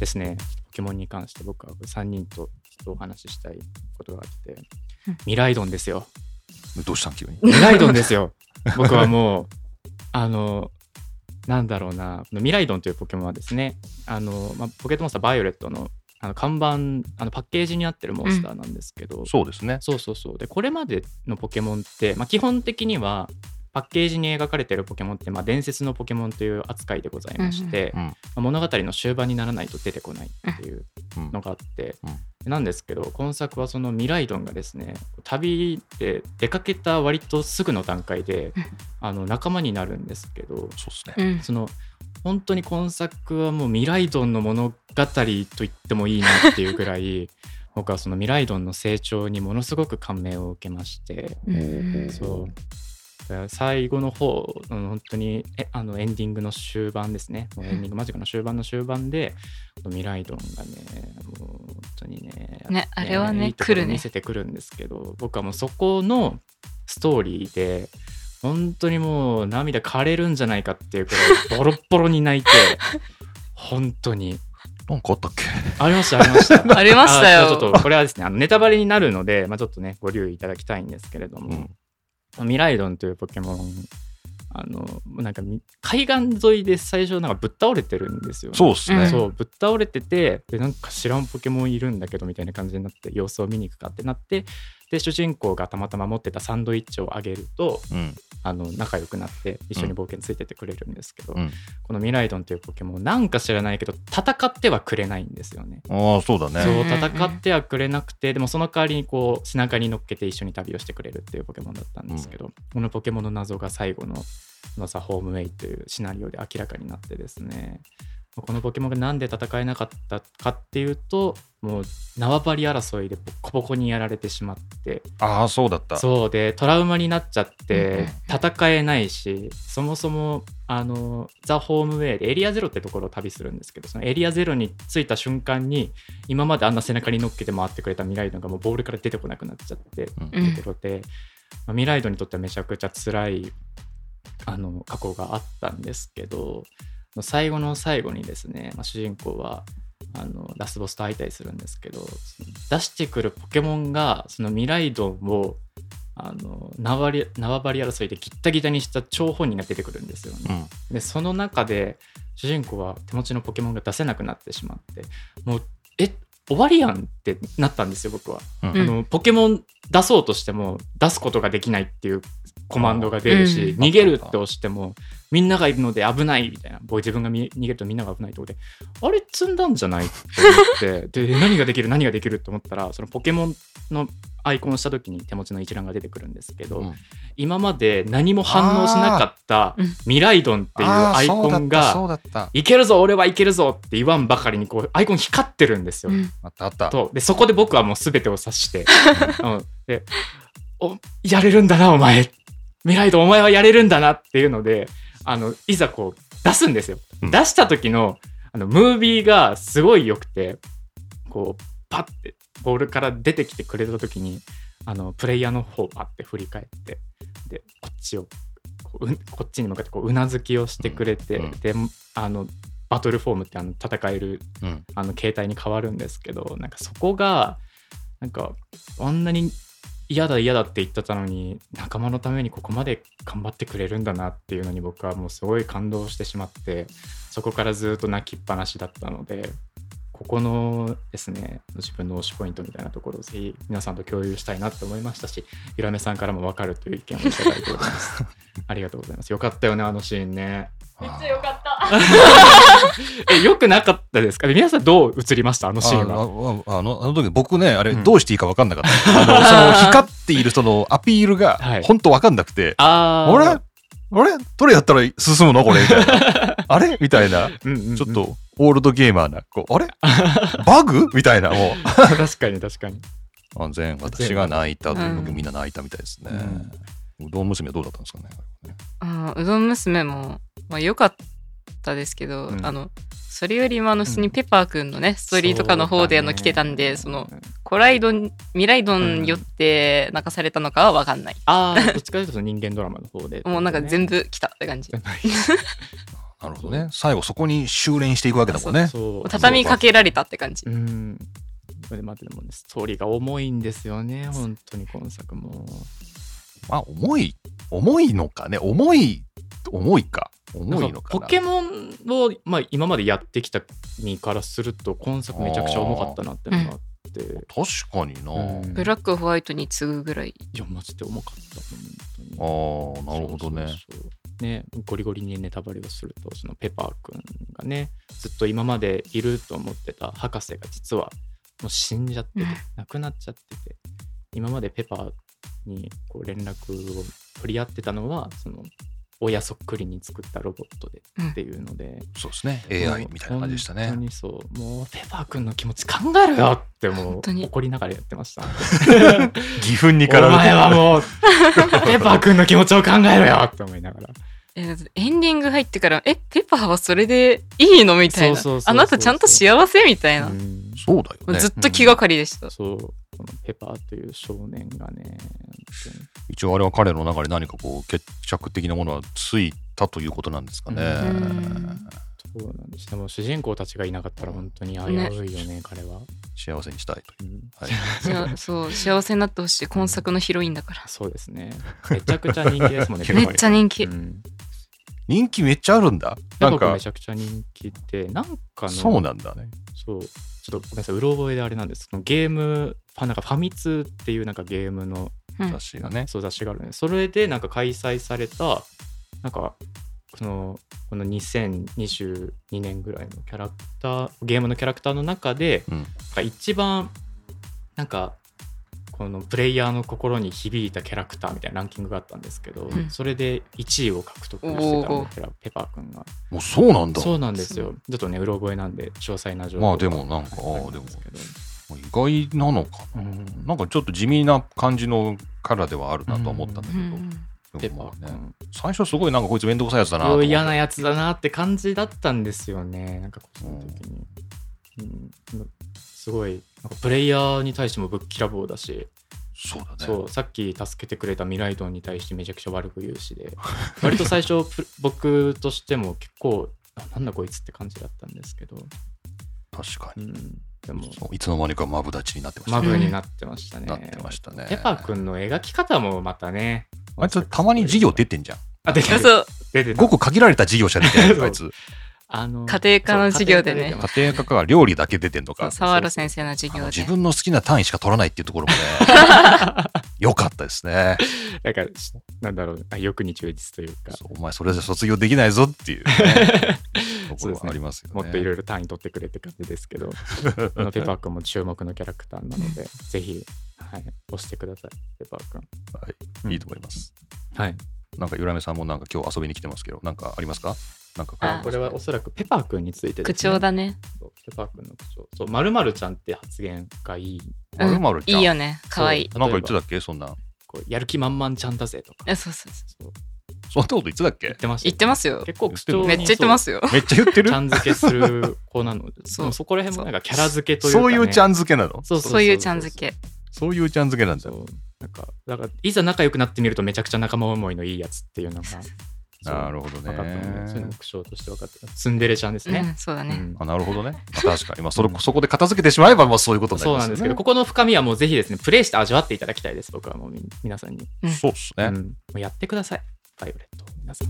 ですねポケモンに関して僕は3人とちょっとお話ししたいことがあって未来論ですよどうしたん急に。未来論ですよ僕はもうあのなんだろうなこの未来ドンというポケモンはですねあの、まあ、ポケットモンスターバイオレットのあの看板あのパッケージになってるモンスターなんですけど、そうですね。そうそうそうでこれまでのポケモンって、まあ、基本的にはパッケージに描かれてるポケモンって、まあ、伝説のポケモンという扱いでございまして、うんうんうんまあ物語の終盤にならないと出てこないっていううんのがあって、うんなんですけど今作はそのミライドンがですね旅で出かけた割とすぐの段階で、うんあの仲間になるんですけどそうですね。うんその本当に今作はもうミライドンの物語と言ってもいいなっていうぐらい僕はそのミライドンの成長にものすごく感銘を受けましてうんうんそうだから最後の方うん本当にえあのエンディングの終盤ですねもうエンディング間近の終盤の終盤でこのミライドンがねもう本当にねねあれはねいいところ来るね見せてくるんですけど僕はもうそこのストーリーで本当にもう涙枯れるんじゃないかっていうくらいボロッボロに 泣いて本当になんかあったっけありましたありましたありましたあちょっよ。とこれはですねあのネタバレになるので、まあ、ちょっとねご留意いただきたいんですけれども、うんミライドンというポケモンあのなんかみ海岸沿いで最初なんかぶっ倒れてるんですよね、そうですうんね。そうぶっ倒れててでなんか知らんポケモンいるんだけどみたいな感じになって様子を見に行くかってなってで主人公がたまたま持ってたサンドイッチをあげるとうん。あの仲良くなって一緒に冒険ついてってくれるんですけど、うんこのミライドンというポケモンなんか知らないけど戦ってはくれないんですよね。ああ、そうだそね。ううんうんうん戦ってはくれなくて、でもその代わりにこう背中に乗っけて一緒に旅をしてくれるっていうポケモンだったんですけど、このポケモンの謎が最後の「のさホームウェイ」というシナリオで明らかになってですねこのポケモンがなんで戦えなかったかっていうともう縄張り争いでボコボコにやられてしまってああ、そうだった。そうでトラウマになっちゃっうんうんて戦えないしそもそもあのザ・ホームウェイでエリアゼロってところを旅するんですけどそのエリアゼロに着いた瞬間に今まであんな背中に乗っけて回ってくれたミライドがもうボールから出てこなくなっちゃってうんうんところで、まあ、ミライドにとってはめちゃくちゃ辛いあの過去があったんですけど最後の最後にですね、まあ、主人公はあのラスボスと相対するんですけどその出してくるポケモンがそのミライドンをあの縄張り縄張り争いでギッタギタにした張本人が出てくるんですよね。うんでその中で主人公は手持ちのポケモンが出せなくなってしまってもうえ終わりやんってなったんですよ僕は、うんあのポケモン出そうとしても出すことができないっていうコマンドが出るし、うん逃げるって押してもみんながいるので危ないみたいな僕自分がみ逃げるとみんなが危ないとこであれ積んだんじゃないって思って で何ができる何ができるって思ったらそのポケモンのアイコンをした時に手持ちの一覧が出てくるんですけど、うん今まで何も反応しなかったあーうんミライドンっていうアイコンああがそうだったそうだった「いけるぞ俺はいけるぞ」って言わんばかりにこうアイコン光ってるんですよ。うんあったあった。とでそこで僕はもう全てを察 して、うん、でおやれるんだなお前ミライドンお前はやれるんだなっていうのであのいざこう出すんですよ。うん出した時のあのムービーがすごい良くてこうパッてボールから出てきてくれた時にあのプレイヤーの方パッて振り返ってでこっちをこううんこっちに向かってこううなずきをしてくれて、うんうんであのバトルフォームってあの戦えるうん。あの携帯に変わるんですけどなんかそこがなんかあんなに嫌だ嫌だって言ってたのに仲間のためにここまで頑張ってくれるんだなっていうのに僕はもうすごい感動してしまってそこからずっと泣きっぱなしだったのでここのですね自分の推しポイントみたいなところをぜひ皆さんと共有したいなと思いましたしゆらめさんからも分かるという意見をいただいております ありがとうございますよかったよねあのシーンねめっちゃ良かった。えよくなかったですか皆さんどう映りましたあのシーンはあああのあの時僕ねあれうんどうしていいか分かんなかった、あのその光っているそのアピールがはい本当分かんなくて、ああれあれどれやったら進むの これみたいなあれみたいなうんうんうんちょっとオールドゲーマーなこうあれバグみたいなもう確かに確かに安全私が泣いたといううんみんな泣いたみたいですね、うどん娘はどうだったんですかねあーうどん娘も、まあ、良かったですけど、うんあの、それよりもあの、普通にペッパーくんのね、ストーリーとかの方であの、来てたんで、その、コライドン、ミライドンによって泣かされたのかはわかんない。ああどっちかというと人間ドラマの方でもうなんか全部部来たって感じ。あなるほどね。最後そこに修練していくわけだもんね。そう畳みかけられたって感じう。んそれで待ってでもねストーリーが重いんですよね本当に今作もまあ、重い、重いのかね。重い、重いか。重いのかポな。ケモンを、まあ、今までやってきた身からすると今作めちゃくちゃ重かったなってのがあって、確かにな。うんブラックホワイトに次ぐぐらい。いやマジで重かった本当にああ、なるほどね。そうそうそうねゴリゴリにネタバレをするとそのペパーくんがねずっと今までいると思ってた博士が実はもう死んじゃっててうん亡くなっちゃってて今までペパーにこう連絡を取り合ってたのはその親そっくりに作ったロボットでっていうので、そうですね。AI みたいな感じでしたもう本ね当。にそうもうペパーくんの気持ち考えろよっても本う当に怒りながらやってま した義憤にお前はもうペパーくんの気持ちを考えろよって思いながらえエンディング入ってから、え、ペパーはそれでいいのみたいなそうそうそう。そうあなたちゃんと幸せみたいな。もうんそうだようね。ずっと気がかりでした。そうこのペパーという少年がね一応あれは彼の中で何かこう決着的なものはついたということなんですかね。うん本当にそうなんですでも主人公たちがいなかったら本当に危ういよね彼は、幸せにしたいと。うんはい、いや そう、幸せになってほしい。今作のヒロインだかそうです ねめちゃくちゃ人気ですもんねら。めっちゃ人気う。ん人気めっちゃあるんだ。ペパなんーくんかめち、ゃくちゃ人気でなんかのそうなんだね。そうちょっとごめんなさいうろ覚えであれなんですそのゲームファなんかファミ通っていうなんかゲームのうん雑誌がね。そう雑誌があるねそれでなんか開催されたなんかこのこの2022年ぐらいのキャラクターゲームのキャラクターの中でうん。なんか一番なんかこのプレイヤーの心に響いたキャラクターみたいなランキングがあったんですけど、んそれで1位を獲得してたおんーでペラペパーくんがもうそうなんだ。そうなんですよちょっとねうろ覚えなんで詳細な情報まあでもなんか、ああはいー、でもですけど意外なのかな。うんなんかちょっと地味な感じのカラーではあるなとは思ったんだうけど。んペでパもまーあくねん最初すごいなんかこいつめんどくさいやつだなと思って嫌なやつだなって感じだったんですよねなんか個人的に、うんすごいなんかプレイヤーに対してもぶっきらぼうだし、そうだね。そうさっき助けてくれたミライドンに対してめちゃくちゃ悪く言うし で割と最初プ僕としても結構あなんだこいつって感じだったんですけど、確かうに。ん、でもそういつの間にかマブダチになってましたマね。ブになってましたね、なってましたね。ペパーくんの描き方もまたねあいつたまに授業出てんじゃん。あ出てるそう、出てるごく限られた授業しか出てない そのうあいつ。あの家庭科の授業でねそう家庭科出てます家庭科から料理だけ出てんのそかう。沢野先生の授あの業自で。分の好きな単位しか取らないっていうところもね、 良かったですね。なんかしなんだろうあ欲に忠実というかそうお前それじゃ卒業できないぞってい う、ね、とこそうろですはねありますよね。もっといろいろ単位取ってくれって感じですけ ど、あのペパー君も注目のキャラクターなので、ぜひ、はい、押してください、ペパー君。はい、いいと思います。はい、なんかゆらめさんもなんか今日遊びに来てますけど、なんかありますかなんかあこれはおそらくペパー君についてです、ね、口調だね。そうペパー君の口調。そう、まるちゃんって発言がいい。うんまるいいよね。かわいい。そうなんか言ってたっけそんな。こうやる気満々ちゃんだぜとか。えそうそうそう。そうそんなこと言ってたっ言 っけてました、言ってますよ。結構口調にめっちゃ言ってま。すよ。めっちゃ言ってそうちるゃん付けする子なので、 そうそうそこら辺もなんかキャラ付けというか、ね。 そういうちゃん付けなのそうそうそうそういうちゃん付け。そういうちゃん付けなんだそよ。うなんかだからいざ仲良くなってみるとめちゃくちゃ仲間思いのいいやつっていうのがそうなるほどね分かったのでそういうのも苦笑として分かったツンデレちゃんですうんね、、そうだうんね。あなるほどね。まあ確かに。まあそれ、そこで片付けてしまえば、まあそういうことになりそうまなんすでよね。すけどここの深みはもうぜひですねプレイして味わっていただきたいです僕はもうみ皆さんに、うんそうっすね。うんもうやってくださいバイオレットを皆さん